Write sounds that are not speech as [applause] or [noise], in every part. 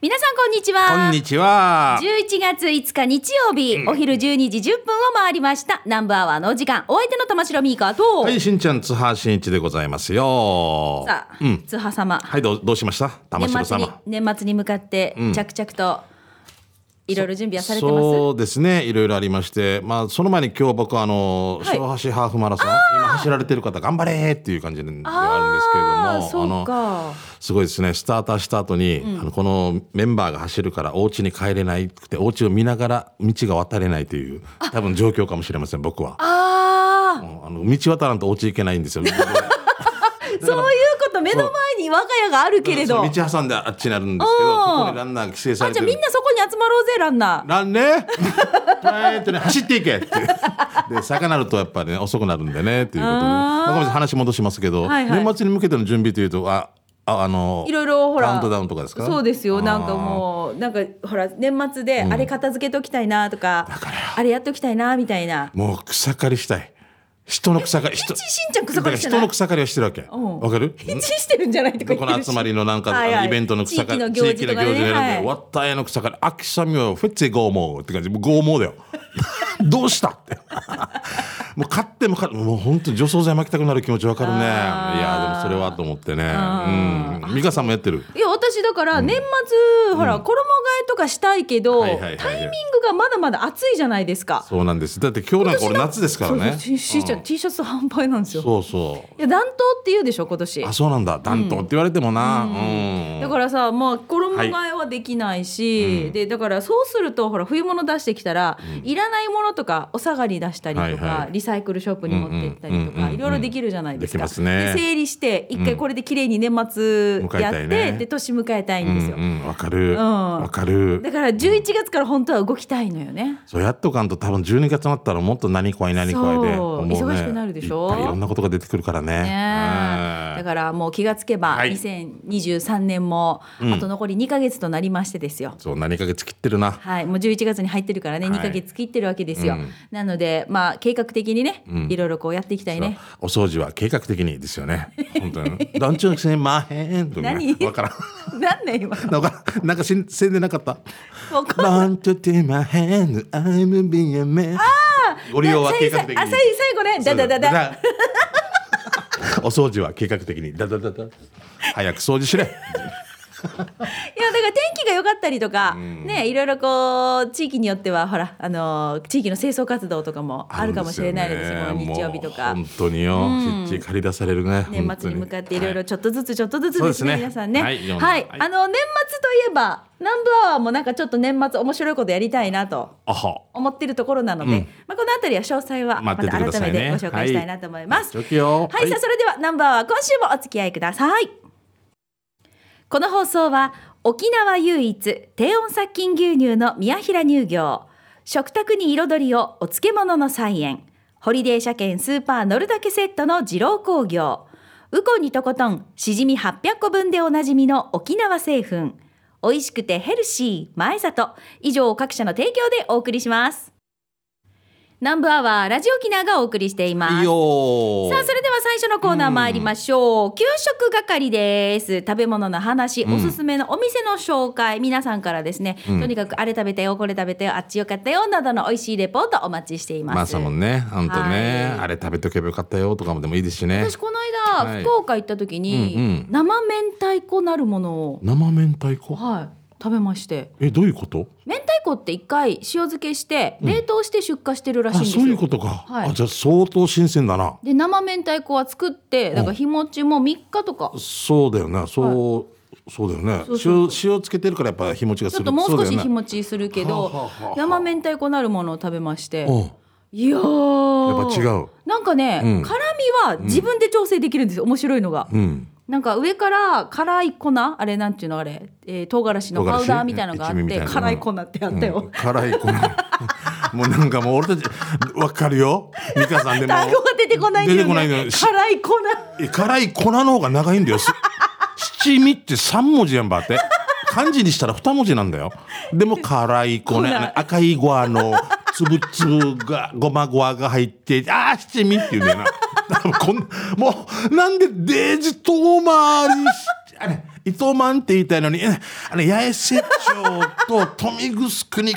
皆さんこんにちはこんにちは。 11月5日日曜日、お昼12時10分を回りましたナンバーワーのお時間お相手の玉城ミーカーと、はい、しんちゃん、津波しんいちでございますよ。さあ、うん。津波様、はい、どう、どうしました玉年城末に様。年末に向かって着々といろいろ準備はされてます、そうですね、いろいろありまして、まあ、その前に今日僕はあの、はい白橋ハーフマラソン、今走られてる方頑張れーっていう感じでではあるんですけれども、あーそうかすごいですね、スタートした後に、あのこのメンバーが走るからお家に帰れないくて、お家を見ながら道が渡れないという、多分状況かもしれません、僕は。あうんあの道渡らんとお家行けないんです [laughs] よ。ーそういうこと目の前に我が家があるけれどそうあじゃ道挟んであっちになるんですけどおーここにランナー規制されてあるみんなそこに集まろうぜランナーランねえーっとね走っていけってで坂なるとやっぱりね遅くなるんでねっていうことで、あーまあごめんなさい話戻しますけど、はいはい年末に向けての準備というとあああのいろいろほらカウントダウンとかですかそうですよなんかうもうなんかほら年末であれ片付けときたいなとか,、あれやっときたいなみたいなもう草刈りしたい人の草刈り人一しんちゃん草だ刈りからして人ないの草刈りをしてるわけんわかる一致してるんじゃないとかど言こってのるし集まりのなんか、はいはいイベントの草地刈り域の行事とかね地域の行事がやるんで、はい終わった絵の草刈り秋雨をフェッツェ剛毛って感じもう剛毛だよ [laughs] どうしたってもう買っても買ってもう本当に除草剤巻きたくなる気持ちわかるねいあーやでもそれはと思ってねあうん美香さんもやってるいや私だから年末、ほら衣替えとかしたいけど、はいはいはいはいタイミングがまだまだ暑いじゃないですか。そうなんですだって今日なんか俺夏ですからねそうそうしーちゃん T シャツ販売なんですよ。そうそういや暖冬って言うでしょ今年あ。そうなんだ暖冬って言われてもなうん、だからさまあ衣替えはできないし、でだからそうするとほら冬物出してきたら、いらないものとかお下がり出したりとか、はいはいリサイクルショップに持って行ったりとうんうんうんか、うんいろいろできるじゃないですか。できますでね整理して一回これで綺麗に年末迎えやたって、いねで年迎えたいうんですよ。んうんわかるうんわ、かるだから11月から本当は動きたいのよね。そうやっとかんと多分12月になったらもっと何怖い何怖いでそうも忙しくなるでしょいっぱいいろんなことが出てくるからねねえだうんからもう気がつけばはい2023年もあと残り2ヶ月となりましてですよ。そう何ヶ月切ってるなはい、もう11月に入ってるからね、い2ヶ月切ってるわけですよ。うんなので、まあ計画的にね、いろいろこうやっていきたいね。お掃除は計画的にです [laughs] よね本当に団長にせんまへんとかね何わから [laughs] んなんだ今。なんかなんか宣宣伝なかったもうこ団長てまへん I'm being a man ご利用は計画的にあ、最最後ね、だだだだ。 [laughs] お掃除は計画的にだだだだ早く掃除しれいやだから天気が良かったりとか、ねいろいろこう地域によってはほらあのー地域の清掃活動とかもあるかもしれないですよあるん日ですよ曜ね日とかもう本当によ、しっちり駆り出されるね。年末に向かっていろいろ本ちょっとずつちょっとずつそうでですすね、ね皆さんね。は、はいい四はいあの年末といえば南部アワーもなんかちょっと年末面白いことやりたいなと当に。あは。思ってるところなので、まあこのあたりは詳細はま待たっ改ててくださめいてねご紹介したいなと思います。はい待っときよはい、さはあいそれではナンバーは今週もお付き合いください。この放送は沖縄唯一低温殺菌牛乳の宮平乳業食卓に彩りをお漬物の菜園ホリデー車検スーパー乗るだけセットの二郎工業ウコンにとことんしじみ800個分でおなじみの沖縄製粉美味しくてヘルシー前里以上各社の提供でお送りします南部アワーラジオキナがお送りしていますいいよー。さあそれでは最初のコーナー参りましょう、給食係です食べ物の話、おすすめのお店の紹介皆さんからですね、とにかくあれ食べたよこれ食べたよあっちよかったよなどの美味しいレポートお待ちしています、まあさもんね、本当ね、はいあれ食べとけばよかったよとかもでもいいですしね私。この間、はい福岡行った時に、うんうん生明太子なるものを、生明太子。はい食べましてえ、どういうこと。明太子って一回塩漬けして冷凍して出荷してるらしいんあ、ですそよ、ういうことか。はいあ、じゃあ相当新鮮だな。で生明太子は作ってだから日持ちも3日とかそうだよね。そう、そうだよね。そうそう塩塩つけてるからやっぱ日持ちがちすょる。っともう少そしだよ日ね持ちするけはど、あはあはあ生明太子なるものを食べましてうん。いやーやっぱ違うなんかね、うん辛みは自分で調整できるんですよ面白いのが、うん。なんか上から辛い粉あれなんていうのあれ、えー、唐辛子のパウダーみたいなのがあっ唐辛子一味てみたいなの辛い粉ってあったよ、うん辛い粉 [laughs] もうなんかもう俺たちわかるよ美香さんでも単語が出てこない [laughs] んだ出てこなよいのねよし辛い粉え辛い粉の方が長いんだよす七味って三文字やんばって漢字にしたら二文字なんだよでも辛い粉ね粉あの赤いごあのつぶつぶがごまごわが入ってあー七味っていうんだよな多分こんもうなんでデージ遠回りしあれ糸満って言いたいのに、えあの、八重瀬町と富城に囲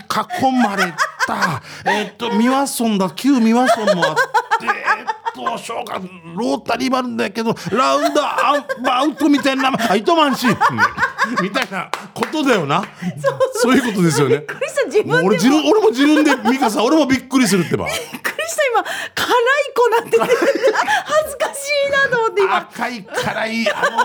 まれた、えっと、三輪村だ、旧三輪村もあって、えっと、小学、ロータリーもあるんだけど、ラウンドアウンバウントみたいな名前、あ、糸満市、うんみたいなことだよな。そういうことですよびねっ。くりした自もう分でびっ俺自分俺も自分で美香さん俺もびっくりするってばくりした今辛い子なんて出てる恥ずかしいなと思って今赤い辛いあの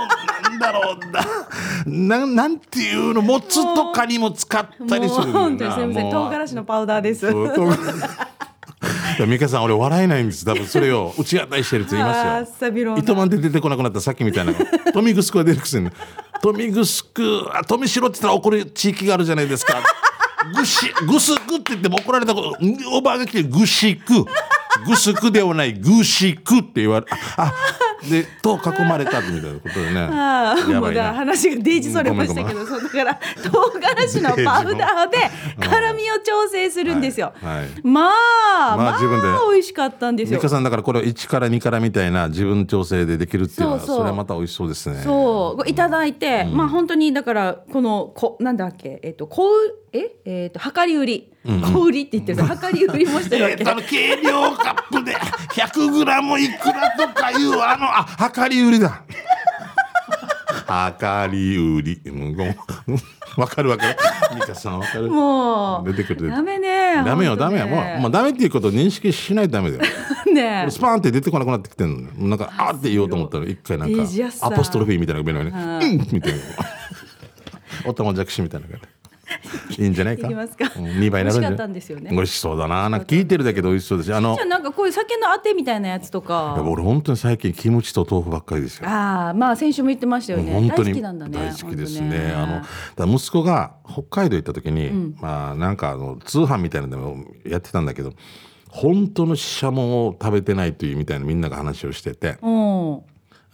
なんだろうなななんていうのもつとかにも使ったりするもうんだ本当によなすみません唐辛子のパウダーですもうそう唐辛子いや美香さん俺笑えないんです多分それを打ち当たりしてる人いあまーすサビローよナ糸満で出てこなくなったさっきみた [laughs] いな富城は出るくせに富城あ富城って言ったら怒る地域があるじゃないですかぐしぐすくって言っても怒られたことんおばあが来てぐしくぐすくではないぐしくって言われああでと囲まれたみたいなことでね [laughs] ああやもばういだな話がデイジそれましたけどそうだから唐辛子のパウダーで辛みを調整するんですよ、はいはいまあまあ自分でまあ美味しかったんです美よ香さんだからこれを1から2からみたいな自分調整でできるっていうのはそそうそうれはまた美味しそうですねそうこれいただいて、まあ本当にだからこのこなんだっけえっ、と小売ええっ、と量り売り、小売りって言ってる量り売りもしてるわえけー、とあの計量カップで 100g いくらとかいうあのあ量り売りだ量り売りうんごめんわかるわかる美香さんわかるもう出てくる出てくるダメねダメよ本当ダメねよもうもうダメっていうことを認識しないとダメだよ [laughs] ねスパーンって出てこなくなってきてんのなんかあーって言おうと思ったら一回なんかデイジアスさアポストロフィーみたいなのが出るはのねうんみたいなおたまじゃくしみたいなのがねいいんじゃない [laughs] かいきますか2倍になる美味しかんじゃなっいたんですよね美味しそうだななんか聞いてるだけで美味しそうですしあのじゃあなんかこういう酒のあてみたいなやつといやか俺本当に最近キムチと豆腐ばっかりですよ。ああまあ先週も言ってましたよね本当大好にきなんだね大好きです本当ね。あのだから息子が北海道行った時に、まあなんかあの通販みたいなのでもやってたんだけど、本当のシャモを食べてないというみたいなみんなが話をしてて、うん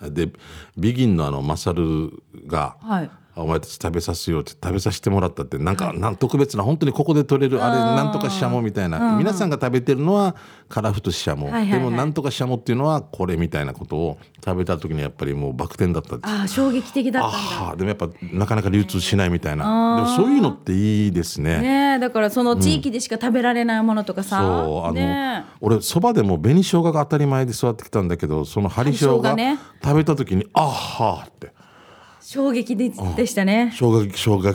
でビギンのあのマサルが。はいお前たち食べさせようって食べさせてもらったってなんか、なん特別な本当にここで取れるあれあーなんとかシャモみたいな、皆さんが食べてるのはカラフトシャモ、はいはいはいでもなんとかシャモっていうのはこれみたいなことを食べた時にやっぱりもうバク転だったってああ衝撃的だったんだああでもやっぱなかなか流通しないみたいあーなでもそういうのっていいですねねえだからその地域でしか食べられないものとかそうさ、あの、ね俺そばでも紅生姜が当たり前で育ってきたんだけどその針生針姜生姜ね食べた時にあーはーってえ衝撃ででしたね。生姜生姜 [laughs] き衝生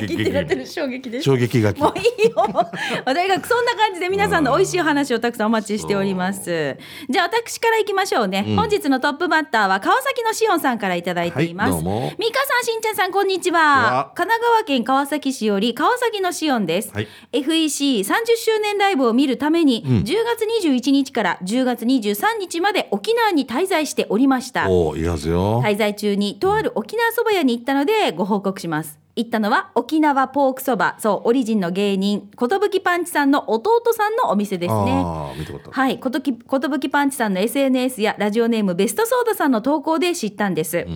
撃ってなって姜る衝撃でした。衝撃がきもういいよ。もうとにかくそんな感じで皆さんの美味しいお話をたくさんお待ちしております。じゃあ私から行きましょうね。本日のトップバッターは川崎のしおんさんからいただいています。はいどうもみかさんしんちゃんさんこんにちこはんにちは。神奈川県川崎市より川崎のしおんです。はい FEC30 周年ライブを見るために、10月21日から10月23日まで沖縄に滞在しておりました。おおいいはずよ、滞在中にとある沖縄そば屋に行ったのでご報告します行ったのは沖縄ポークそばそうオリジンの芸人寿パンチさんの弟さんのお店ですねああ見たことあるはいことき寿パンチさんの SNS やラジオネームベストソーダさんの投稿で知ったんです、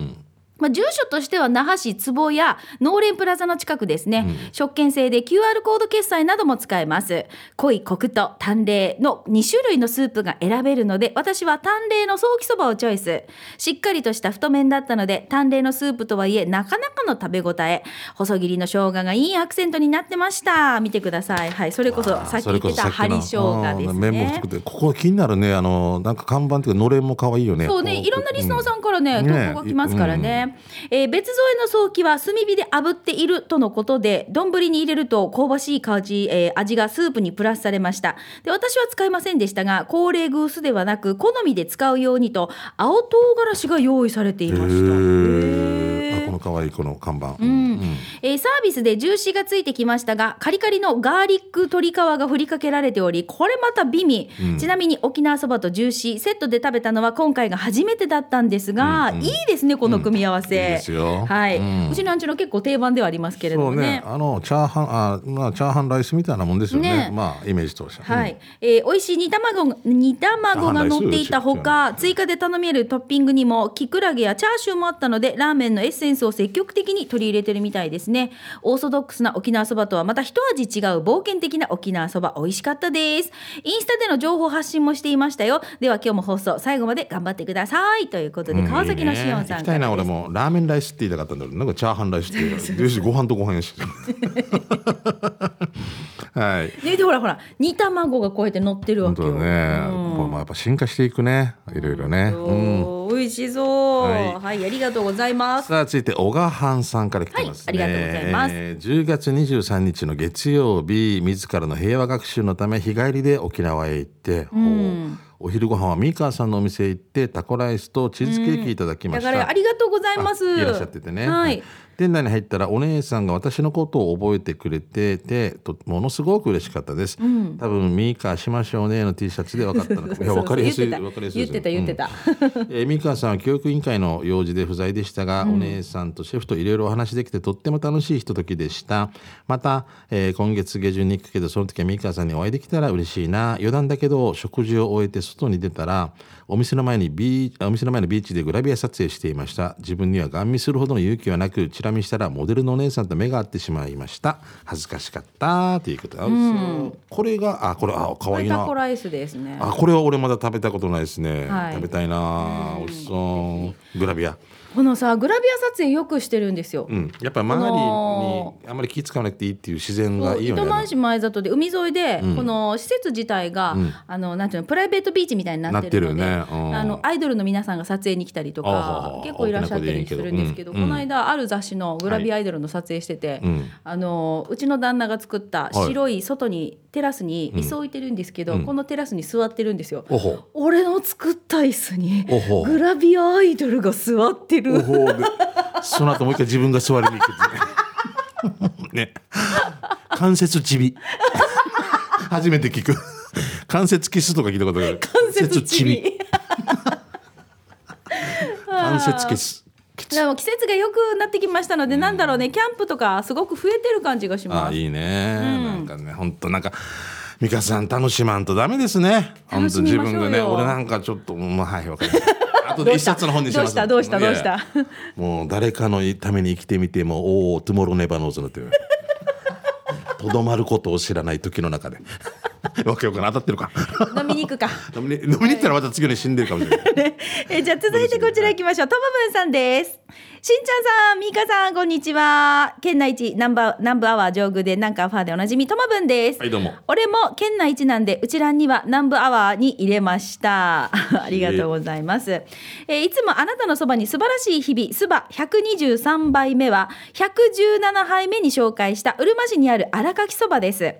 まあ、住所としては那覇市坪や農連プラザの近くですね、食券制で QR コード決済なども使えます濃いコクと淡麗の2種類のスープが選べるので私は淡麗のソーキそばをチョイスしっかりとした太麺だったので淡麗のスープとはいえなかなかの食べ応え細切りの生姜がいいアクセントになってました見てくださいはいそれこそあーさっきそ言れってた針生姜ですこそさっきのあー麺もね太くてここ気になるねあのなんか看板っていうかのれんも可愛いよねそうね、こいろんなリスナーさんからね、うんね投稿が来ますからね。えー別添えの早期は炭火で炙っているとのことで、丼に入れると香ばしい香り、えー味がスープにプラスされました。で、私は使いませんでしたが、高齢グースではなく、好みで使うようにと、青唐辛子が用意されていましへた。へーーあこの可愛いこの看板、うんえーサービスでジューシーがついてきましたがカリカリのガーリック鶏皮が振りかけられておりこれまた美味、ちなみに沖縄そばとジューシーセットで食べたのは今回が初めてだったんですが、いいですねこの組み合わせ、うんいいですよはい、ううんちのアンチの結構定番ではありますけれどそもうねねあのチャーハンあまあチャーハンライスみたいなもんですよねねまあイメージとしてははい、えー美味しい煮卵が煮卵が乗っていたほあか追加で頼めるトッピングにもきくらげやチャーシューもあったのでラーメンのエッセンスを積極的に取り入れてるみたいですねオーソドックスな沖縄そばとはまた一味違う冒険的な沖縄そば美味しかったですインスタでの情報発信もしていましたよでは今日も放送最後まで頑張ってくださいということでうん川崎のしおんいいねさ行きんたかいらなで俺すもラーメンライスって言いたかったんだけど [laughs] なんかチャーハンライスってよしご飯とご飯やしはいねでほらほら煮卵がこうやって乗ってるわ本け当よだね、うんこれもやっぱ進化していくねいろいろね、うん、おー美味しそう、ははいい、ありがとうございます。さあ続いて小川藩さんから来てますね、はいありがとうございますえー10月23日の月曜日自らの平和学習のため日帰りで沖縄へ行って、んおお昼ご飯は三川さんのお店へ行ってタコライスとチーズケーキいただきまだした、からありがとうございます。あいらっしゃっててね、はい。店内に入ったらお姉さんが私のことを覚えてくれててとものすごく嬉しかったです、多分ミーカーしましょうねの T シャツで分かったのかいや分かりやすい言分ってかたりやすい言でってすた言ってた。 [laughs] えー、三川さんは教育委員会の用事で不在でしたが、お姉さんとシェフといろいろお話できてとっても楽しいひとときでしたまた、えー今月下旬に行くけどその時は三川さんにお会いできたら嬉しいな余談だけど食事を終えて外に出たらお店の前にビーあお店の前のビーチでグラビア撮影していました自分にはガン見するほどの勇気はなくチラ見したらモデルのお姉さんと目が合ってしまいました恥ずかしかったということです、これがあこれあ可こ愛れいタコなライスですね。あこれは俺まだ食べたことないですね、はい食べたいな美味しそうグラビアこのさグラビア撮影よくしてるんですよ。うんやっぱ周りこのにあんまり気使わなくていいっていう自然こがういいよ糸ね満市前里で海沿いで、うんこの施設自体が、うんあのなんていうのプライベートビーチみたいになってるのでなってるよねうんあのアイドルの皆さんが撮影に来たりとあはかは結構いらっしゃったりするんですけど大きな子でいいけどうんこの間ある雑誌のグラビアアイドルの撮影してて、うんあのうちの旦那が作った白い外にテラスに椅子置いてるんですけど、うんこのテラスに座ってるんですよ。おほ俺の作った椅子におほグラビアアイドルが座っておる。ほでその後もう一回自分が座りに行くっていうね [laughs] ね関節ちび初めて聞く関節キスとか聞いたことがある [laughs] 関節ちび。関節キスキスでも季節が良くなってきましたので、なんだろうねキャンプとかすごく増えてる感じがしあまあす。いいね、なんかね本当なんか美香さん楽しまんとダメですね楽本し当み自ましょうよ分がね俺なんかちょっともうはいわかり [laughs] ましたあどとでう一した冊の本にしますどうしたどうしたいやいやどもう誰かのために生きてみてもおおトゥモローネバーノーズのというとどまることを知らない時の中 [laughs] でわけわからん当たってるか飲みに行くか。飲みに飲みに行ったらまた次に死んでるかもしれ [laughs] ないえじゃあ続いてこちら行きましょう。トモブンさんです。しんちゃんさん、みーかさん、こんにちは。県内一ナンバーナンバーアワー上宮でなんかファーでおなじみトモブンです。はいどうも俺も県内一なんでうちらには南部アワーに入れました [laughs] ありがとうございます、えーいつもあなたのそばに素晴らしい日々そば123杯目は117杯目に紹介したうるま市にある荒垣そばです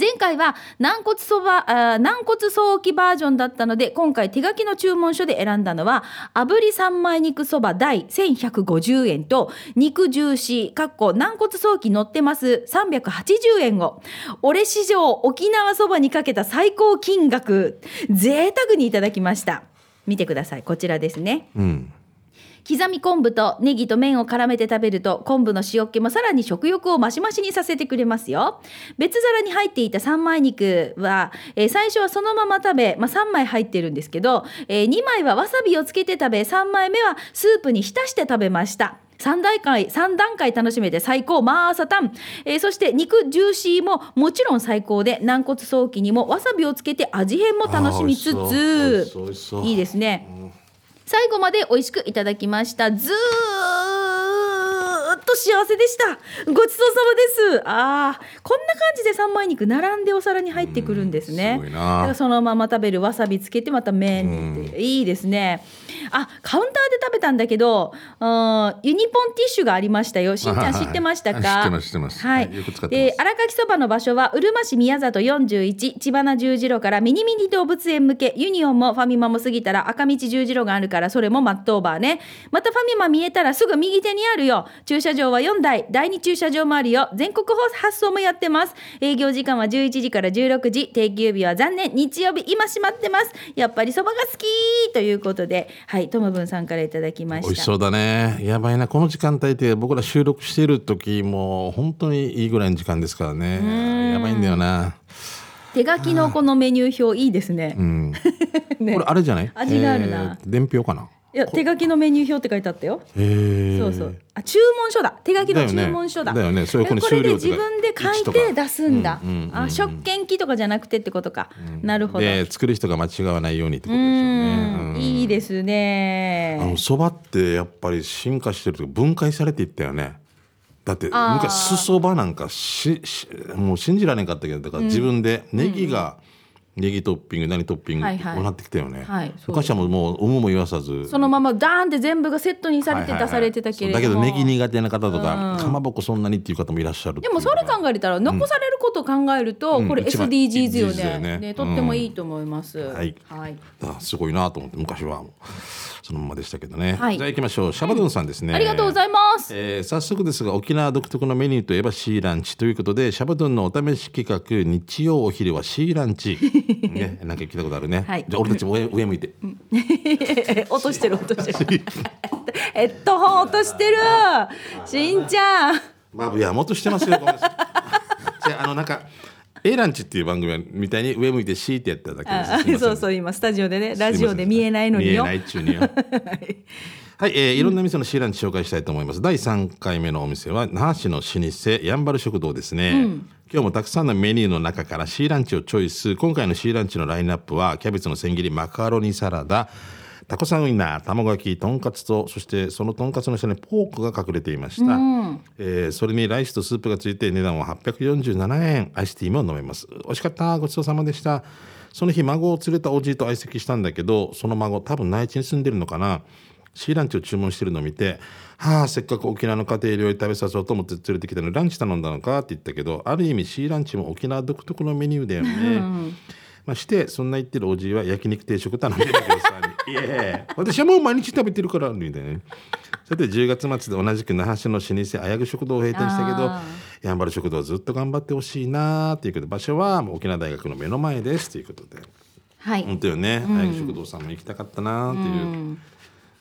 前回は軟骨そばあー軟骨早期バージョンだったので今回手書きの注文書で選んだのは炙り三枚肉そば第1150円と肉ジューシーかっこ軟骨早期乗ってます380円を俺史上沖縄そばにかけた最高金額贅沢にいただきました見てくださいこちらですねうん刻み昆布とネギと麺を絡めて食べると昆布の塩気もさらに食欲を増し増しにさせてくれますよ別皿に入っていた三枚肉は、えー最初はそのまま食べ、まあ、3枚入ってるんですけど、え2枚はわさびをつけて食べ3枚目はスープに浸して食べました3段階三段階楽しめて最高マーサタン、えーそして肉ジューシーももちろん最高で軟骨早期にもわさびをつけて味変も楽しみつあー美味しそう美味しつそういいですね、最後まで美味しくいただきましたずーっと幸せでしたごちそうさまですあーこんな感じで三枚肉並んでお皿に入ってくるんですねうんすごいなだからそのまま食べるわさびつけてまた麺って、いいですねあカウンターで食べたんだけどうんユニポンティッシュがありましたよしんちゃん知ってましたか知ってます知ってますははいいよく使ってますで荒垣そばの場所はうるま市宮里41千葉な十字路からミニミニ動物園向けユニオンもファミマも過ぎたら赤道十字路があるからそれもマットオーバーねまたファミマ見えたらすぐ右手にあるよ駐車場は4台第2駐車場もあるよ全国発送もやってます営業時間は11時から16時定休日は残念日曜日今閉まってますやっぱりそばが好きということではいトムブンさんからいただきま美味ししたそうだねやばいなこの時間帯って僕ら収録してる時も本当にいいぐらいの時間ですからねやばいんだよな手書きのこのメニュー表いいですねうん [laughs] ねこれあれじゃない味があるなえー伝票かなえいや手書きのメニュー表って書いてあったよへえそうそうあ注文書だ手書きの注文書だだよねだよねそういうこのこれで終自了とか分で書位置といかて出すんだ、うんうんうんうんあ食券機とかじゃなくてってことか、なるほど、で作る人が間違わないようにってこうとでしょうねん、うんいいですあのねそばってやっぱり進化してるというか分解されていったよねだってあー昔すそばなんかししもう信じられなかったけどだから自分でネギがネギトッピング何トッピングはいこはいうなってきたよね、はいそうです昔はもうもう有無も言わさずそのままダーンって全部がセットにされてはい出はいはいされてたけれどそうも、だけどネギ苦手な方とか、うんかまぼこそんなにっていう方もいらっしゃるでもそれ考えたら残されることを考えると、うんこれ一番 SDGs よ SDGs だよねねねとってもいいと思います、んはいはい、あすごいなと思って昔はそのままでしたけどね、はいじゃあ行きましょうシャバドゥンさんですね、ありがとうございますえー早速ですが沖縄独特のメニューといえばシーランチということでシャバドゥンのお試し企画日曜お昼はシーラ [laughs] ンチ、ね、なんか聞いたことあるね、はいじゃあ俺たちも上上向いて、え落としてる落として [laughs] るヘッドホン落としてるしんちゃんまあいやもっとしてますよごめんなさいじ [laughs] ゃああのなんか A ランチっていう番組みたいに上向いて C ってやっただけですあすいませ [laughs] んそうそう今スタジオでねラジオで見えないのによ見えないっちゅうによはい、えーいろんな店のシーランチ紹介したいと思います、第3回目のお店は那覇市の老舗やんばる食堂ですね、今日もたくさんのメニューの中からシーランチをチョイス今回のシーランチのラインナップはキャベツの千切りマカロニサラダタコさんウインナー卵焼きとんかつとそしてそのとんかつの下にポークが隠れていました、えーそれにライスとスープがついて値段は847円アイスティーも飲めます美味しかったごちそうさまでしたその日孫を連れたおじいと相席したんだけどその孫多分内地に住んでるのかなシーランチを注文してるのを見て「はあせっかく沖縄の家庭料理食べさせようと思って連れてきたのにランチ頼んだのか」って言ったけどある意味シーランチも沖縄独特のメニューだよね。まあ、してそんな言ってるおじいは焼肉定食頼んでるけどさ「 [laughs] いえ私はもう毎日食べてるから」みたいなね。さて10月末で同じく那覇市の老舗あやぐ食堂を閉店したけどあやんばる食堂はずっと頑張ってほしいなということで場所はもう沖縄大学の目の前ですということではい、本当よね、あやぐ食堂さんも行きたかったなという、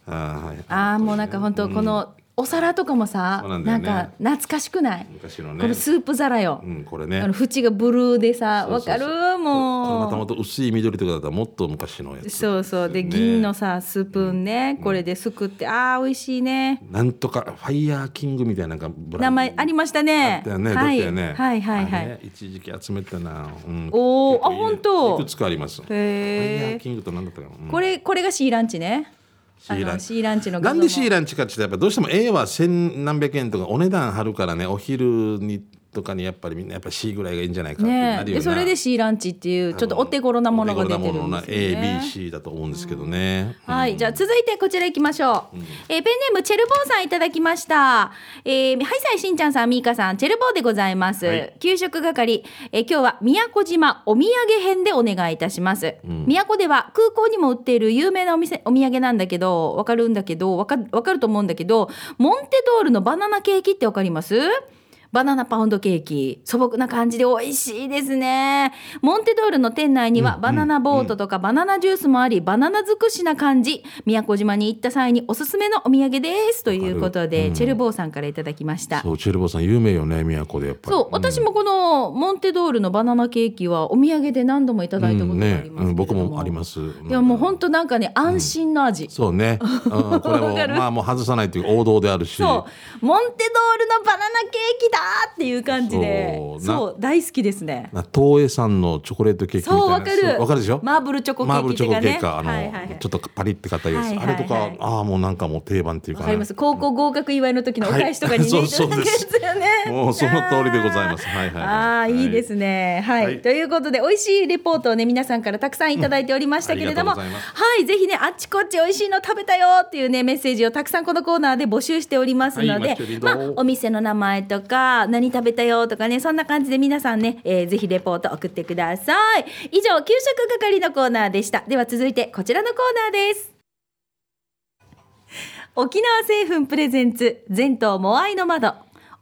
あーはい、ああもうなんか本当このお皿とかもさ、そうなんなだよんかね懐かしくない、昔のねこのスープ皿よ、うん、これあねの縁がブルーでさそうわそうかそうるもうこれまたもっと薄い緑とかだったらもっと昔のやつそうそうでね銀のさスプーンね、これですくってあー美味しいねなんとかファイヤーキングみたいななんかブ名ランド前ありましたねあったよね、はいだったよね。はいはいはいあれ一時期集めてたな。うんおー結構いいねあ本当いくつかあります。ファイヤへーえキングとなんだったかな。うんこれこれがシーランチねシーラあンチのシーランチの画な像んもでシーランチかって言ったらやっぱどうしても A は千何百円とかお値段張るからねお昼にとかにやっぱりみんなやっぱ C ぐらいがいいんじゃないかってねなえるよでなそれでシーランチっていうちょっとお手頃なものが出てるんですよね ABC だと思うんですけどね、はい、じゃあ続いてこちら行きましょう。えーペンネームチェルボーさんいただきました。えー、はいさいしんちゃんさん、みーかさん、チェルボーでございます。はい給食係、えー今日は宮古島お土産編でお願いいたします。宮古では空港にも売っている有名なお店お土産なんだけど、わかるんだけど、わかわかると思うんだけど、モンテドールのバナナケーキってわかります？バナナパウンドケーキ素朴な感じで美味しいですねモンテドールの店内にはバナナボートとかバナナジュースもあり、バナナ尽くしな感じ宮古島に行った際におすすめのお土産ですということで、チェルボーさんからいただきましたそうチェルボーさん有名よね宮古でやっぱりそう私もこのモンテドールのバナナケーキはお土産で何度もいただいたことがあねりますけれども、うん僕もありますいやもう本当なんかね安心の味、そ [laughs] うね、うん、これわもかるまあもう外さないという王道であるしそうモンテドールのバナナケーキだーっていう感じでそうなそう大好きですねな東映さんのチョコレートケーキみたいなそうわかるそうわかるでしょマーブルチョコケーキマーブルチョコケーキとかかあねの、はいはいはいちょっとパリって硬いやつ、はいはいはいあれとかああもうなんかもう定番っていうかわねかります高校合格祝いの時のお返しとかにね、はいいただくやつよね [laughs] もうその通りでございますはいはいはいああいいですねはい、はいということで美味しいレポートをね皆さんからたくさんいただいておりましたけれども、うんありがとうございますはいぜひねあっちこっち美味しいの食べたよっていうねメッセージをたくさんこのコーナーで募集しておりますので、はい待ってるまぞあお店の名前とか何食べたよとかねそんな感じで皆さんね、えー、ぜひレポート送ってください以上給食係のコーナーでしたでは続いてこちらのコーナーです沖縄製粉プレゼンツ全島モアイの窓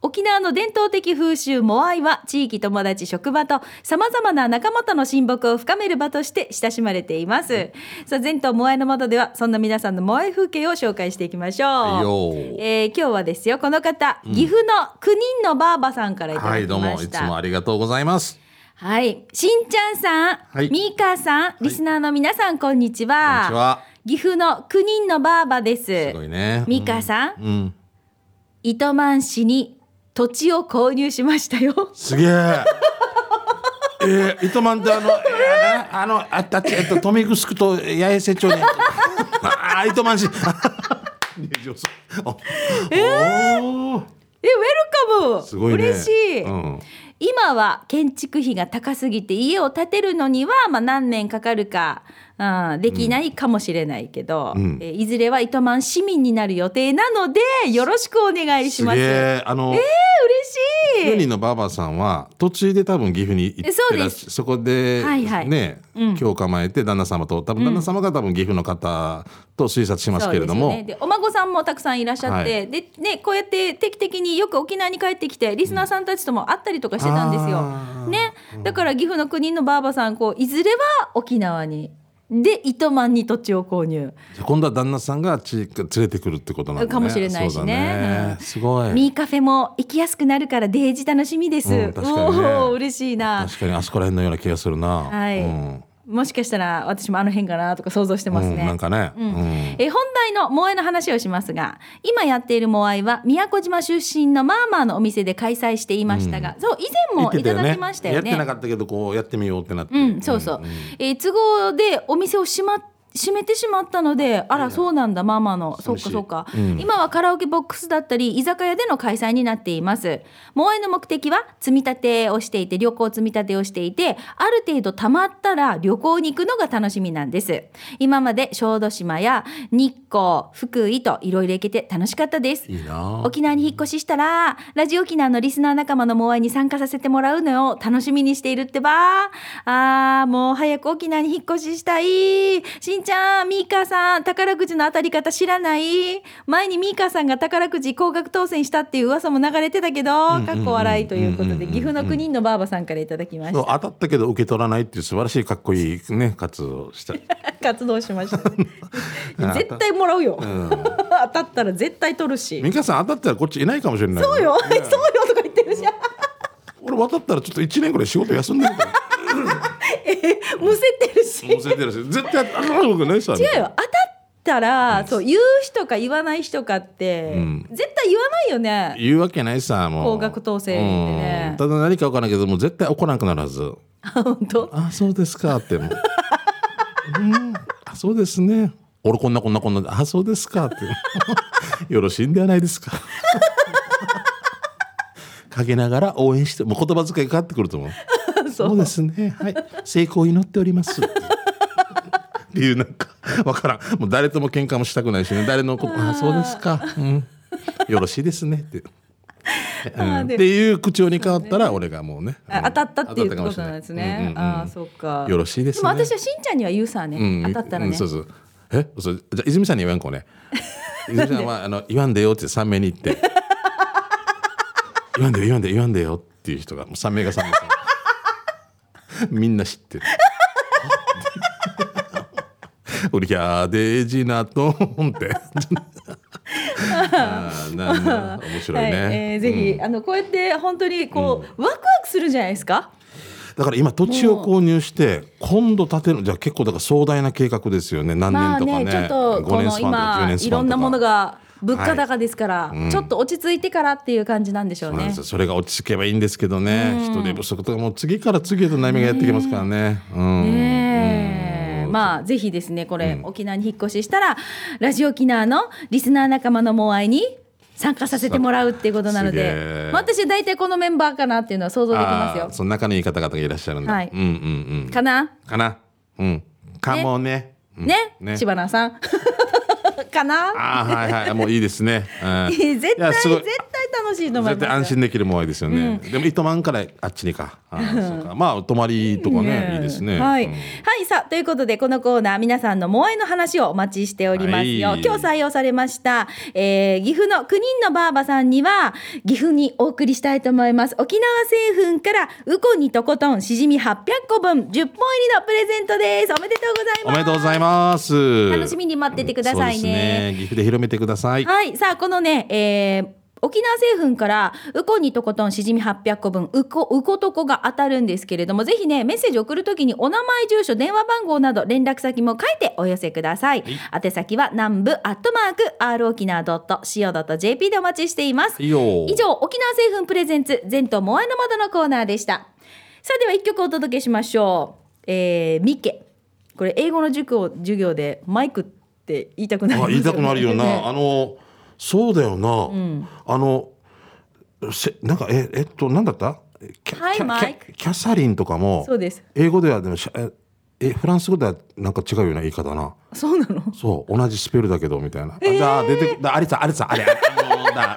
沖縄の伝統的風習モアイは地域友達職場とさまざまな仲間との親睦を深める場として親しまれていますさあ全島モアイの窓ではそんな皆さんのモアイ風景を紹介していきましょう、はいよえー今日はですよこの方、岐阜の9人のばあばさんからいただきまはしたいどうもいつもありがとうございますはい、しんちゃんさん、はいみーかーさん、リスナーの皆さん、こんにちは。こんにちは岐阜の9人のばあばですすごいね。美香さん、うん。糸満市に土地を購入しましたよ [laughs] すげえ。 [laughs] えー、糸満ってあの、えーあの、あたち、えっと、富城と八重瀬町に。あー、糸満 [laughs] 市。入場するおおーえウェルカムすごいね。嬉しい、うん、今は建築費が高すぎて家を建てるのにはまあ何年かかるか、うん、できないかもしれないけど、うんえーいずれは糸満市民になる予定なのでよろしくお願いしすまげす。ええ、あの。ー、嬉ユしいニのばあばさんは途中で多分岐阜に行ってらっそうでしそこで、はいはいね、うん今日構えて旦那様と多分旦那様が多分岐阜の方と推察しますけれども、そうですよね、でお孫さんもたくさんいらっしゃって、はでね、こうやって定期的によく沖縄に帰ってきてリスナーさんたちとも会ったりとかしてたんですよ。あーね、だから岐阜の国のばあばさんこういずれは沖縄にで糸満に土地を購入。今度は旦那さんがち連れてくるってことなんだ、ね、かもしれないしねそうだねうんすごいミーカフェも行きやすくなるからデージ楽しみです。うん確かにねおお嬉しいな。確かにあそこら辺のような気がするな、はいうんもしかしたら私もあの辺かなとか想像してますうんね。なんかね、うんうんえー本題のモアイの話をしますが今やっているモアイは宮古島出身のマーマーのお店で開催していましたが、そう以前言っもていたたよねだきましたよね。やってなかったけどこうやってみようってなって、うん、そうそう、えー都合でお店を閉ま閉めてしまったのであらそうなんだママのそう寂しいかそうか、うん今はカラオケボックスだったり居酒屋での開催になっています萌えの目的は積み立てをしていて旅行積み立てをしていてある程度貯まったら旅行に行くのが楽しみなんです今まで小豆島や日光福井といろいろ行けて楽しかったですいいな沖縄に引っ越ししたらラジオ沖縄のリスナー仲間のモアイに参加させてもらうのを楽しみにしているってばあーもう早く沖縄に引っ越ししたいしんちゃんミーカーさん宝くじの当たり方知らない前にミーカーさんが宝くじ高額当選したっていう噂も流れてたけどうんうんかっこ笑いということうんうんでうん岐阜の9人のばあばさんからいただきましそうた当たったけど受け取らないっていう素晴らしいかっこいいね活動をした、 [laughs] 活動しました [laughs] 絶対もらうよ、うん、当たったら絶対取るし美香さん当たったらこっちいないかもしれないそうよそうよとか言ってる [laughs] じゃん俺渡ったらちょっと1年ぐらい仕事休んでるからむせてるしもう忘れて [laughs] るし絶対当たらないことないさ違違うよ当たったら、そう言う人か言わない人かって、うん絶対言わないよね言うわけないさもう高額当選でねうんただ何か分からないけどもう絶対怒らなくなるはず本当あそうですかってもううんあそうですね俺こんなこんなこんなであそうですかってよろしいんではないですか陰ながら応援してもう言葉遣い変わってくると思うそうそうですねはい成功を祈っておりますっていうなんかわからんもう誰とも喧嘩もしたくないしね誰のことあそうですか、うん、よろしいですねって、あうんーっでていう口調に変わったら俺がもうねあ当たったっていうことなんですうんうんうねんああそうかよろしいですねも私はしんちゃんには言うさね、うん当たったらうね、んそうそうえそうじゃあ泉さんに言わん [laughs] こね泉さんはあの言わんでよって3名に言って言わんでよ言わんでよ言わんでよっていう人がもう3名が3名さんみんな知ってる俺キャーデージなとんってあーなんだ面白いね、はいえーぜひ、あのこうやって本当にこう、ワクワクするじゃないですかだから今土地を購入して今度建てるじゃあ結構だから壮大な計画ですよね何まあ年とかね,、ねちょっと5こ年のスパンとか10今年いスパろんンとなものか。が物価高ですから、はいうんちょっと落ち着いてからっていう感じなんでしょそううなねんですよそれが落ち着けばいいんですけどね、人手不足とかもう次から次へと波がやってきますからね。うんねえうんまあぜひですねこれ、沖縄に引っ越ししたらラジオ沖縄のリスナー仲間のモアイに参加させてもらうっていうことなのすげでえ、まあ、私は大体このメンバーかなっていうのは想像できますあーよ。その中のいい方々がいらっしゃるんだ。はいうんうんかなうん。かな。うん。かもね。うんねね知花 [laughs] さんかなああはいはいもういいですね。うん [laughs] 絶対絶いやす対ごい楽しいと思いま絶す対安心できるもんいですよね。でも糸満からあっちにか。あーそうか [laughs] まあ泊まりとかねいいですね。はい、うんはい、さあということでこのコーナー皆さんの萌えの話をお待ちしておりますよ。はい今日採用されました、えー、岐阜の9人のばあばさんには岐阜にお送りしたいと思います。沖縄製粉からウコンにとことんしじみ800個分10本入りのプレゼントです。おめでとうございます。おめでとうございます。楽しみに待っててくださいねそうですね。岐阜で広めてください。はい、さあこのね、えー沖縄製粉からウコンにとことんしじみ800個分ウコウコとこが当たるんですけれどもぜひねメッセージ送るときにお名前住所電話番号など連絡先も書いてお寄せください、宛先は南部アットマーク r 沖縄 .co.jp でお待ちしていますいいよ以上沖縄製粉プレゼンツ全島モアの窓のコーナーでしたさあでは一曲お届けしましょう、えー、ミケこれ英語の塾を授業でマイクって言いたくなりあます [laughs] 言いたくなるよな、ねあのそうだよな、あのせなんかええっとなんだったキャ Hi, キャキ Mike. ャキャサリンとかもそうです英語ではでもしゃええフランス語ではなんか違うような言い方だなそうなのそう同じスペルだけどみたいな、あじゃあ出てだあれさあれさあれあれも [laughs] うだ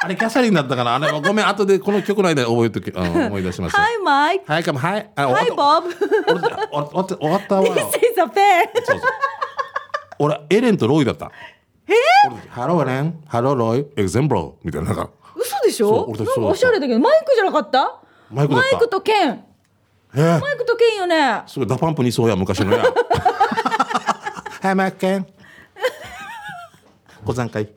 あれキャサリンだったかなあれごめん後でこの曲の間で覚えと [laughs] き、うん、思い出しましたはいマイクはいかもはいあはい終わっボブ This た俺俺終わった終わったわよ is a pen そうそう。俺、エレンとロイだった。えハローエレン、ハローロイ、エグゼンブローみたいな、なんか、嘘でしそょうな俺たんちそうだったかおしゃれだけどマイクじゃなかったマイクだったとケンえーマイクとケンよねすごいダパンプにそうや、昔のや。はい、マッケン。ご参会。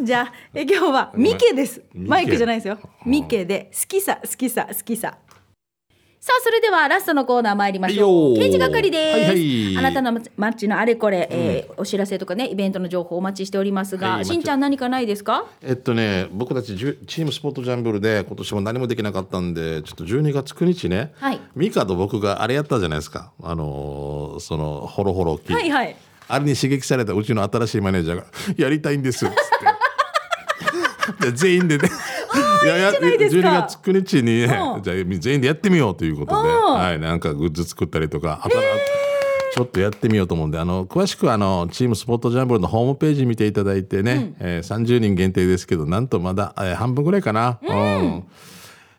じゃあえ今日はミケですミケマイクじゃないですよミケで好きさ好きさ好きささあそれではラストのコーナー参りましょうはいよー刑事係です、はいはいあなたの街のあれこれ、えーお知らせとかねイベントの情報お待ちしておりますが、はいしんちゃん何かないですかえっとね、僕たちじゅチームスポーツジャンブルで今年も何もできなかったんでちょっと12月9日ね、はいミカと僕があれやったじゃないですかあのーそのホロホロキはいはいあれに刺激されたうちの新しいマネージャーが「やりたいんです」っつって [laughs] で全員でねいやいやじゃないです12か月9日に、ね、じゃうんあ全員でやってみようということで、うんはい、なんかグッズ作ったりとかあとちょっとやってみようと思うんであの詳しくはあのチームスポットジャンボルのホームページ見ていただいてね、えー30人限定ですけどなんとまだ、えー半分ぐらいかな。うん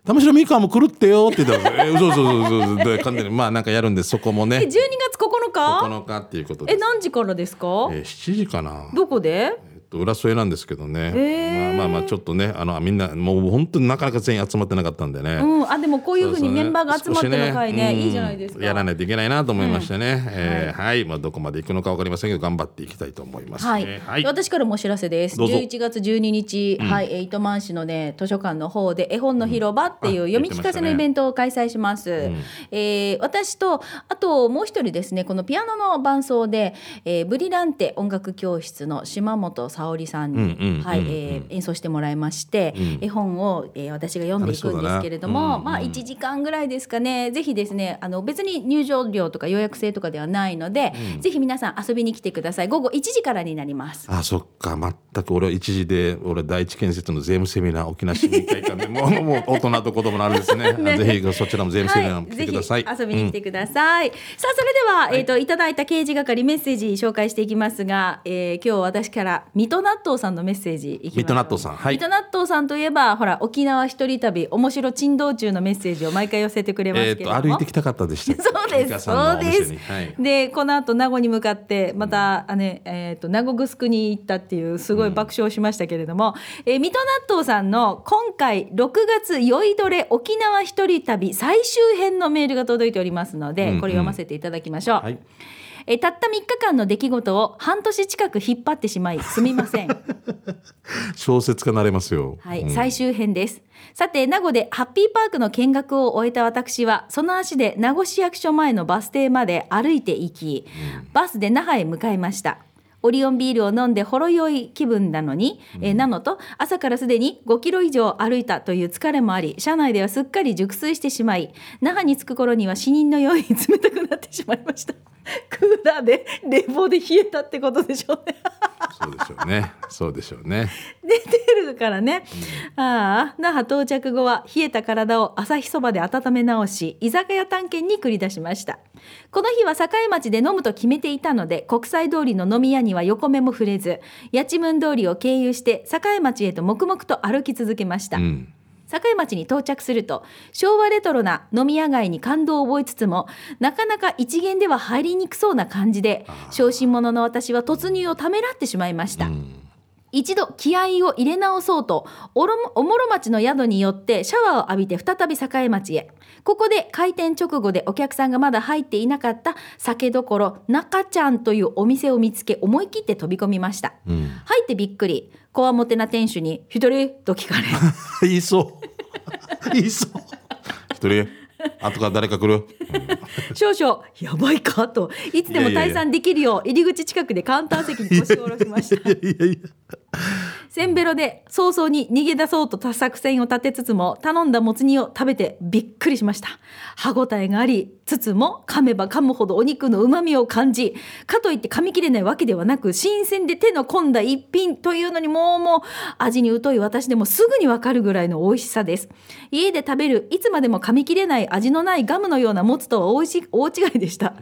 玉城美香も来るってよって言ったら、えー、そうそうそうそうそうで完全にまあなんかやるんでそこもえ12ね月9日9日っていうことでえ何時からですか、えー、7時かな、どこでえっと、裏添えなんですけどね、へーまあまあまあちょっとねあのみんなもう本当になかなか全員集まってなかったんでね、うん、あでもこういうそうふそううねにメンバーが集まっての会ね少しいいじゃないですか。やらないといけないなと思いましてね、えーはい、まあ、どこまで行くのか分かりませんけど頑張っていきたいと思いますはい、ね。はい、私からもお知らせです。どうぞ11月12日、はい、えー糸満市のね、図書館の方で絵本の広場っていううんあ読み聞かせのイベントを開催します。えー私と、あともう一人ですね、このピアノの伴奏で、えーブリランテ音楽教室の島本沙織さんに、うんうんはい、えうんー演奏してもらいまして、絵本を、えー私が読んでいくんですけれども、楽しそうだなうんまあ1時間ぐらいですかね、ぜひですね、あの別に入場料とか予約制とかではないので、ぜひ皆さん遊びに来てください。午後1時からになります。あそっか全く俺は一時で俺第一建設の税務セミナー沖縄市民会 [laughs] 館でもうもう大人と子供のあれですねねぜひそちらも税務セミナーも来ぜてひください、遊びに来てください。さあ、それでは、えっ、と、いただいた刑事係メッセージ紹介していきますが、えー今日私から、水戸納豆さんのメッセージいきましょう水戸納豆さんはい水戸納豆さんといえば、ほら、沖縄一人旅、面白珍道中のメッセージを毎回寄せてくれますけえれっ、ども。と歩いてきたかったでしたそうで美香す。そさんうのおで店すに。はいで、この後名護に向かって、また、あね、えっ、と、名護グスクに行ったっていう、すごい爆笑しましたけれども。えー水戸納豆さんの、今回6月酔いどれ沖縄一人旅最終編のメールが届いておりますので、うんうんこれ読ませていただきましょう。はいえーたった3日間の出来事を半年近く引っ張ってしまい、すみません。小説家なれますよ。はい、うん最終編です。さて、名護でハッピーパークの見学を終えた私は、その足で名護市役所前のバス停まで歩いて行き、バスで那覇へ向かいました。オリオンビールを飲んでほろ酔い気分なのに、えーなのと朝からすでに5キロ以上歩いたという疲れもあり車内ではすっかり熟睡してしまい那覇に着く頃には死人のように冷たくなってしまいました [laughs] クーラーで冷房で冷えたってことでしょうねそうでしょうね。そうでしょうね。出てるからね、ああ那覇到着後は冷えた体を朝日そばで温め直し居酒屋探検に繰り出しましたこの日は栄町で飲むと決めていたので国際通りの飲み屋には横目も触れず八千文通りを経由して栄町へと黙々と歩き続けました、うん。境町に到着すると昭和レトロな飲み屋街に感動を覚えつつもなかなか一元では入りにくそうな感じで小心者の私は突入をためらってしまいました、うん。一度気合を入れ直そうとおろもおもろ町の宿によってシャワーを浴びて再び栄町へここで開店直後でお客さんがまだ入っていなかった酒どころ中ちゃんというお店を見つけ思い切って飛び込みましたうん、入ってびっくりこわもてな店主に「一人?」と聞かれ [laughs] いそう。いそう。一人。あとから誰か来る。少々「やばいか?」といつでも退散できるよう入り口近くでカウンター席に腰を下ろしましたいやいやいや。せんべろで早々に逃げ出そうと作戦を立てつつも頼んだもつ煮を食べてびっくりしました歯ごたえがありつつも噛めば噛むほどお肉のうまみを感じかといって噛み切れないわけではなく新鮮で手の込んだ一品というのにもうもう味に疎い私でもすぐにわかるぐらいの美味しさです家で食べるいつまでも噛み切れない味のないガムのようなもつとは大し大違いでした、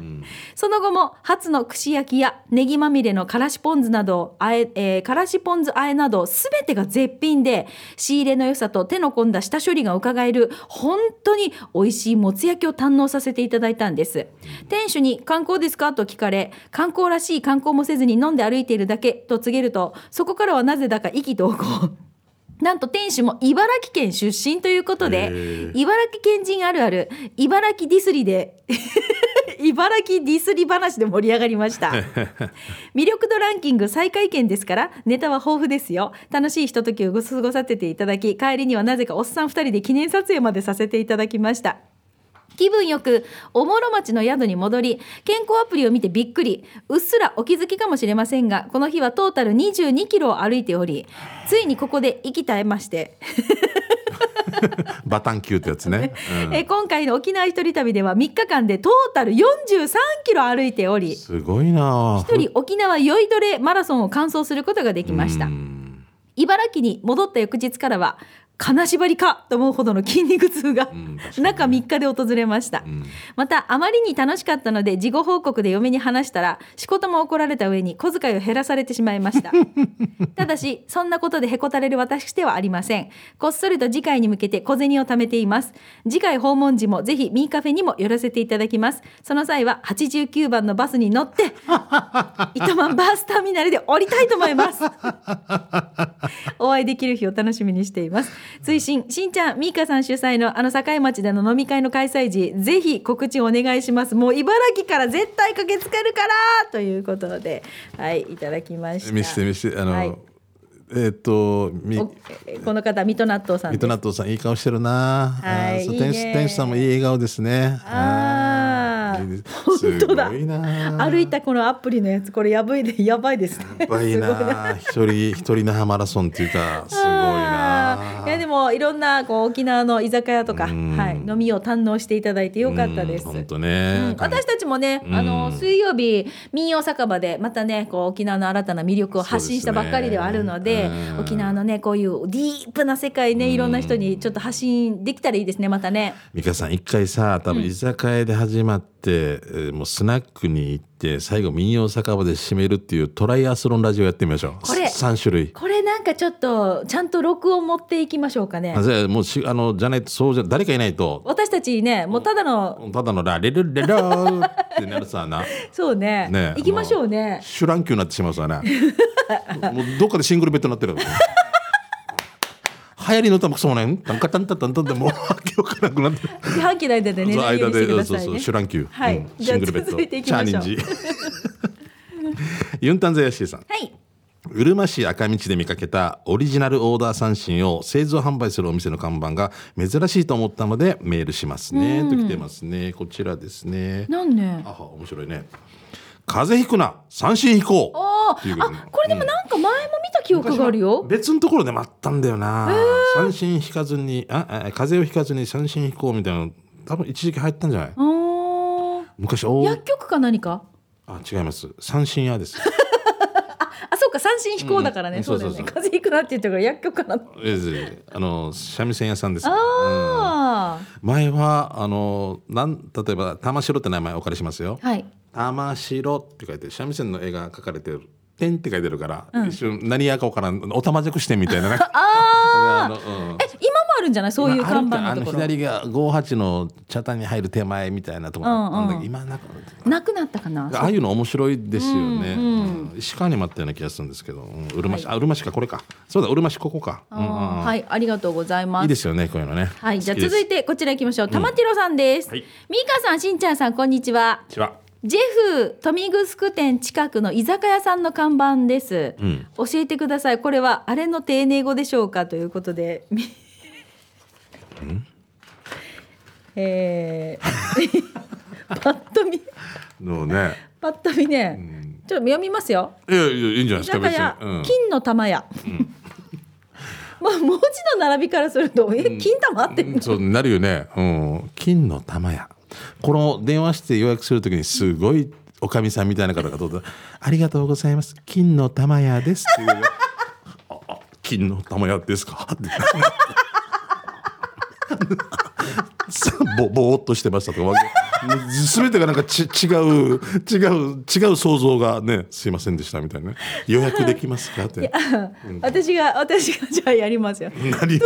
その後も初の串焼きやネギまみれのからしポン酢などあえ、えーからしポン酢あえなどすべてが絶品で仕入れの良さと手の込んだ下処理が伺える本当に美味しいもつ焼きを堪能させていただいたんです店主に観光ですかと聞かれ観光らしい観光もせずに飲んで歩いているだけと告げるとそこからはなぜだか意気投合 [laughs] なんと店主も茨城県出身ということへでー茨城県人あるある茨城ディスりで茨城ディスり話で盛り上がりました魅力度ランキング最下位圏ですからネタは豊富ですよ楽しいひとときをご過ごさせていただき帰りにはなぜかおっさん2人で記念撮影までさせていただきました気分よくおもろ町の宿に戻り健康アプリを見てびっくりうっすらお気づきかもしれませんがこの日はトータル2 2キロを歩いておりついにここで息絶えましてバタンキューってやつね。えー今回の沖縄一人旅では3日間でトータル4 3キロ歩いておりすごいな。一人沖縄酔いどれマラソンを完走することができましたうん茨城に戻った翌日からは金縛りかと思うほどの筋肉痛がん確かに中3日で訪れましたんまたあまりに楽しかったので事後報告で嫁に話したら仕事も怒られた上に小遣いを減らされてしまいましたただしそんなことでへこたれる私ではありませんこっそりと次回に向けて小銭を貯めています次回訪問時もぜひミーカフェにも寄らせていただきますその際は89番のバスに乗って [laughs] 糸満バスターミナルで降りたいと思います [laughs] お会いできる日を楽しみにしています追伸しんちゃんみーかさん主催のあの境町での飲み会の開催時ぜひ告知お願いしますもう茨城から絶対駆けつけるからということではいいただきました見して見してあの、はいえっとみおえこの方水戸納豆さんミでトすナットさんいい顔してるな。はいあーそういいね店主店主さんもいい笑顔ですね。あーいいーです本当だすごいな。歩いたこのアプリのやつこれやばいで [laughs] やばいですねやっぱいいな。一人一人那覇マラソンっていうかすごいあなー。いやでもいろんなこう沖縄の居酒屋とか、うんはい、飲みを堪能していただいてよかったです。本当ね。うん私たちもね、あの水曜日民謡酒場でまたねこう沖縄の新たな魅力を発信したばっかりではあるのでそうですねうん沖縄のねこういうディープな世界ねいろんな人にちょっと発信できたらいいですねまたね。美香さん一回さ多分居酒屋で始まって、えーもうスナックに行って最後民謡酒場で締めるっていうトライアスロンラジオやってみましょうこれ3種類これなんかちょっとちゃんと録音持っていきましょうかねあ。じゃあもうしあのじゃないとそうじゃ誰かいないと私たちねもうただのただのラレルレローってなるさなそうねねえ行きましょうね。シュランキューになってしまうさなもうどっかでシングルベッドになってる流行りの歌もクソもないんタンカタンタタンタンってもう訳分からなくなってる自販機の間でねそのないよう間にしてくで、だそうさいそう、ねシュ。ランキュー。はいうんじゃシあングルベッド。続いていきましょうチャーニンジ。 [laughs] ユンタンゼヤシーさん。はい。うるま市赤道で見かけたオリジナルオーダー三振を製造販売するお店の看板が珍しいと思ったのでメールしますね、と来てますねこちらですねなんねあ。は面白いね風邪ひくな三振引こうあっていうことねあ、これでもなんか前も見た記憶があるよ。別のところで待ったんだよな、三振引かずにああ風邪をひかずに三振引こうみたいなの多分一時期入ったんじゃないあー昔お薬局か何か。あ違います三振屋ですあ、そうか、三振飛行だからね。うんうんそうだよね。そうそう風邪ひくなって言ったから、薬局かな。 [laughs] えずあの三味線屋さんです。あ前はあのなん例えば玉城って名前お借りしますよあ。。はい。玉城って書いて三味線の絵が描かれてる。点って書 [laughs] いてるから、一瞬何やかわからんおたまじゃくしてみたいななんかああ。あのうんえ、今もあるんじゃないそういう看まあ板あるのかとあこのろ左が58の茶谷に入る手前みたいなところなんだけど、うんうん今なんかなくなったかなああいうの面白いですよね、うんうん石川にもあったような気がするんですけど、うん、うるま市、あうるま市かこれかそうだうるま市ここか、うんうんうんあーはいありがとうございますいいですよねこういうのねはい、じゃあ好きです続いてこちら行きましょう。玉城さんです。はいミカさん、しんちゃんさん、こんにちはこん。にちはジェフ富城店近くの居酒屋さんの看板です。うん教えてください。これはあれの丁寧語でしょうかということで。み [laughs] えー、 [laughs] パッと見、のねパッと見ね、ちょっと読みますよ。いやいやいいんじゃな居いですか酒別屋、に、うん、金の玉屋。 [laughs] まあ文字の並びからすると、え、金玉って、そうなるよね、うん、金の玉やこの電話して予約するときにすごいおかみさんみたいな方がどうぞ「ありがとうございます金の玉やです」っていうああ金の玉やですか?」ってさぼぼーっとしてましたとかわけもう全てがなんかち違う違う違う想像がね「すいませんでした」みたいなね「予約できますか?」って。私が、私がじゃあやりますよ。何じ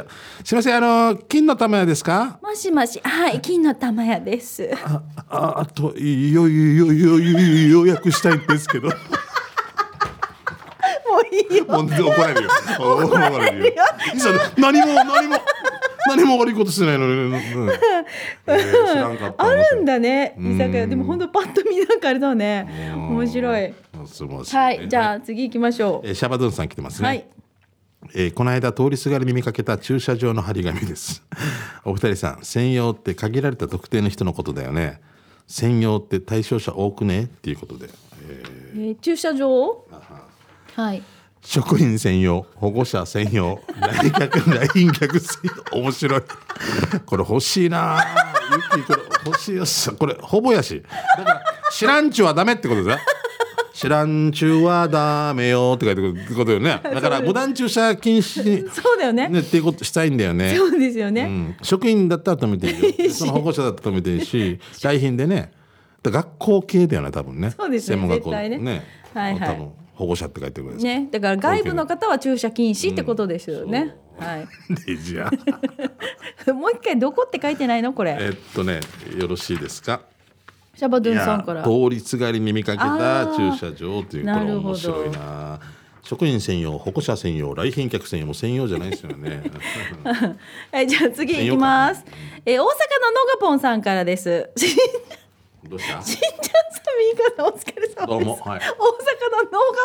ゃあすいませんあの金の玉屋ですかもしもし、はい、金の玉屋です。あああとよよよよよ予約したいんです [laughs] けどもういいよ。もう怒られるよ怒られるよるよ [laughs] その何も何も何も悪いことしてないのに、うんえー知らんかったあるんだね、うん居酒屋、でも本当パッと見なんかあれだね、面白い。は、はいじゃあ、次行きましょえーシャバドゥンさん来てますう。ね、はい、えーこの間通りすがりに見かけた駐車場の張り紙です [laughs] お二人さん専用って限られた特定の人のことだよね専用って対象者多くねっていうことでえー駐車場。はい。職員専用保護者専用来客来賓客専用 [laughs] 面白いこれ欲しいなユッキーこれ欲しいよこれほぼやしだから知らんちゅはダメってことだ知らんちゅはダメよって書いてくることよねだから無断駐車禁止にそうだよね。ねっていうことしたいんだよねそうですよね。うん、職員だったら止めてい [laughs] いよでその保護者だったら止めていいし来賓でねだから学校系だよね多分ねそうですね専門学校絶対ねはいはい多分保護者って書いてるぐらいですね、だから外部の方は駐車禁止ってことですよね。はい。 [laughs] でじゃあ [laughs] もう一回どこって書いてないの、これ。えっとねよろしいですかシャバドいゥンさやんから。通りすがりに見かけたあー駐車場というこなれるほ面ど白いな職員専用保護者専用来賓客専用も専用じゃないですよね [laughs] [laughs] はい、じゃあ、次行きます。えー大阪のノガポンさんからです。 [laughs] しんちどうしたゃん [laughs] さん、みーかさん、お疲れ様です。どうもは大阪のノいー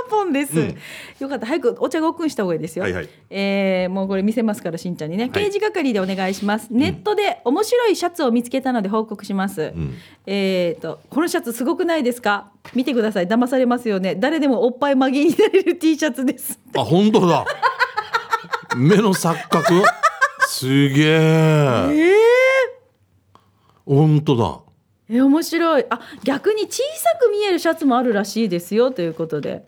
ガポンです、うんよかった早くお茶ごっくんした方がいいですよ、はいはいえーもうこれ見せますからしんちゃんにね刑事係でお願いします、ネットで面白いシャツを見つけたので報告します、んえっ、とこのシャツすごくないですか見てください騙されますよね誰でもおっぱい曲げになれる T シャツですあ本当だ目の錯覚すげええー、本当だえ面白いあ逆に小さく見えるシャツもあるらしいですよということで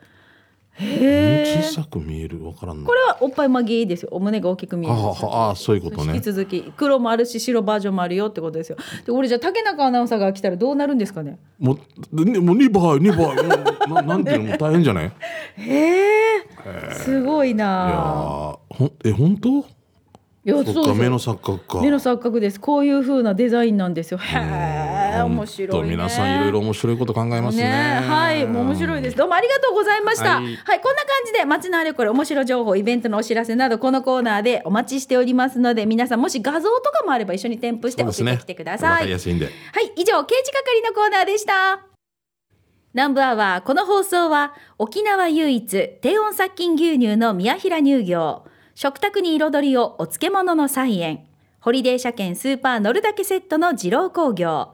へ小ーさく見えるわからんなこれはおっぱい曲げいいですよお胸が大きく見えあるああそういうこと引きね続き黒もあるし白バージョンもあるよってことですよで俺じゃあ竹中アナウンサーが来たらどうなるんですかねもうねもう2倍2倍もうななんていうのもう大変じゃ [laughs] ないへえすごいいやなーほんえ本当いやそっそうそかう目の錯覚か目の錯覚ですこういう風なデザインなんですよへえうん面白いねほんと皆さんいろいろ面白いこと考えますねはいもう面白いですどうもありがとうございましたは、はいこいんな感じで街のあれこれ面白情報イベントのお知らせなどこのコーナーでお待ちしておりますので皆さんもし画像とかもあれば一緒に添付してそう送ですっねてきてくださわかい、りやすいんではい、以上、刑事係のコーナーでした。南部アワー、この放送は、沖縄唯一、低温殺菌牛乳の宮平乳業、食卓に彩りをお漬物の菜園、ホリデー車検スーパー乗るだけセットの二郎工業、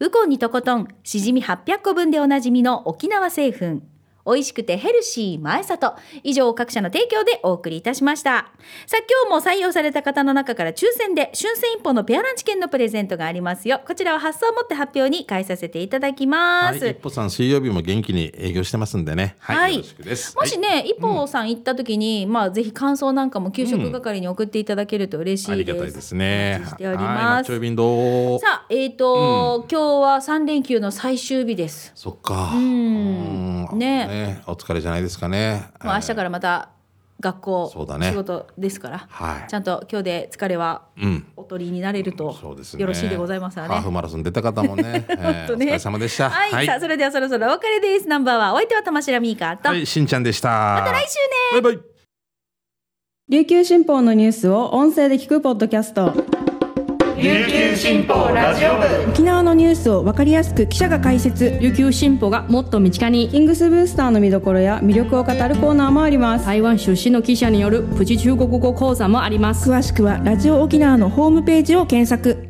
ウコンにとことん、しじみ800個分でおなじみの沖縄製粉、美味しくてヘルシー前里。以上、各社の提供でお送りいたしました。さあ、今日も採用された方の中から抽選で、春戦一本のペアランチ券のプレゼントがありますよ。こちらは発送をもって発表に返させていただきまはいす。一歩さん水曜日も元気に営業してますんでねはい、はいよろしくですもしね、一方さん行った時に、まあぜひ感想なんかも給食係に送っていただけると嬉しはいいありでがす。たいですおね待ちしておりはいまマッチョす。イ便どうさあ、えっ、と、今日は三連休の最終日です。そっかんうんねお疲れじゃないですかねもう明日からまた学校そうだね仕事ですから、はいちゃんと今日で疲れはうんお取りになれるとそうですねよろしいでございますわハーフね。マラソン出た方 [laughs] もねえーとおね疲れ様でしたはい、さあそれではそろそろお別れです。ナンバーはお相手は玉城ミーカと、はい、しんちゃんでしたまた来週ね。バイバイ琉球新報のニュースを音声で聞くポッドキャスト琉球新報ラジオ部沖縄のニュースを分かりやすく記者が解説琉球新報がもっと身近にキングスブースターの見どころや魅力を語るコーナーもあります台湾出身の記者によるプチ中国語講座もあります詳しくはラジオ沖縄のホームページを検索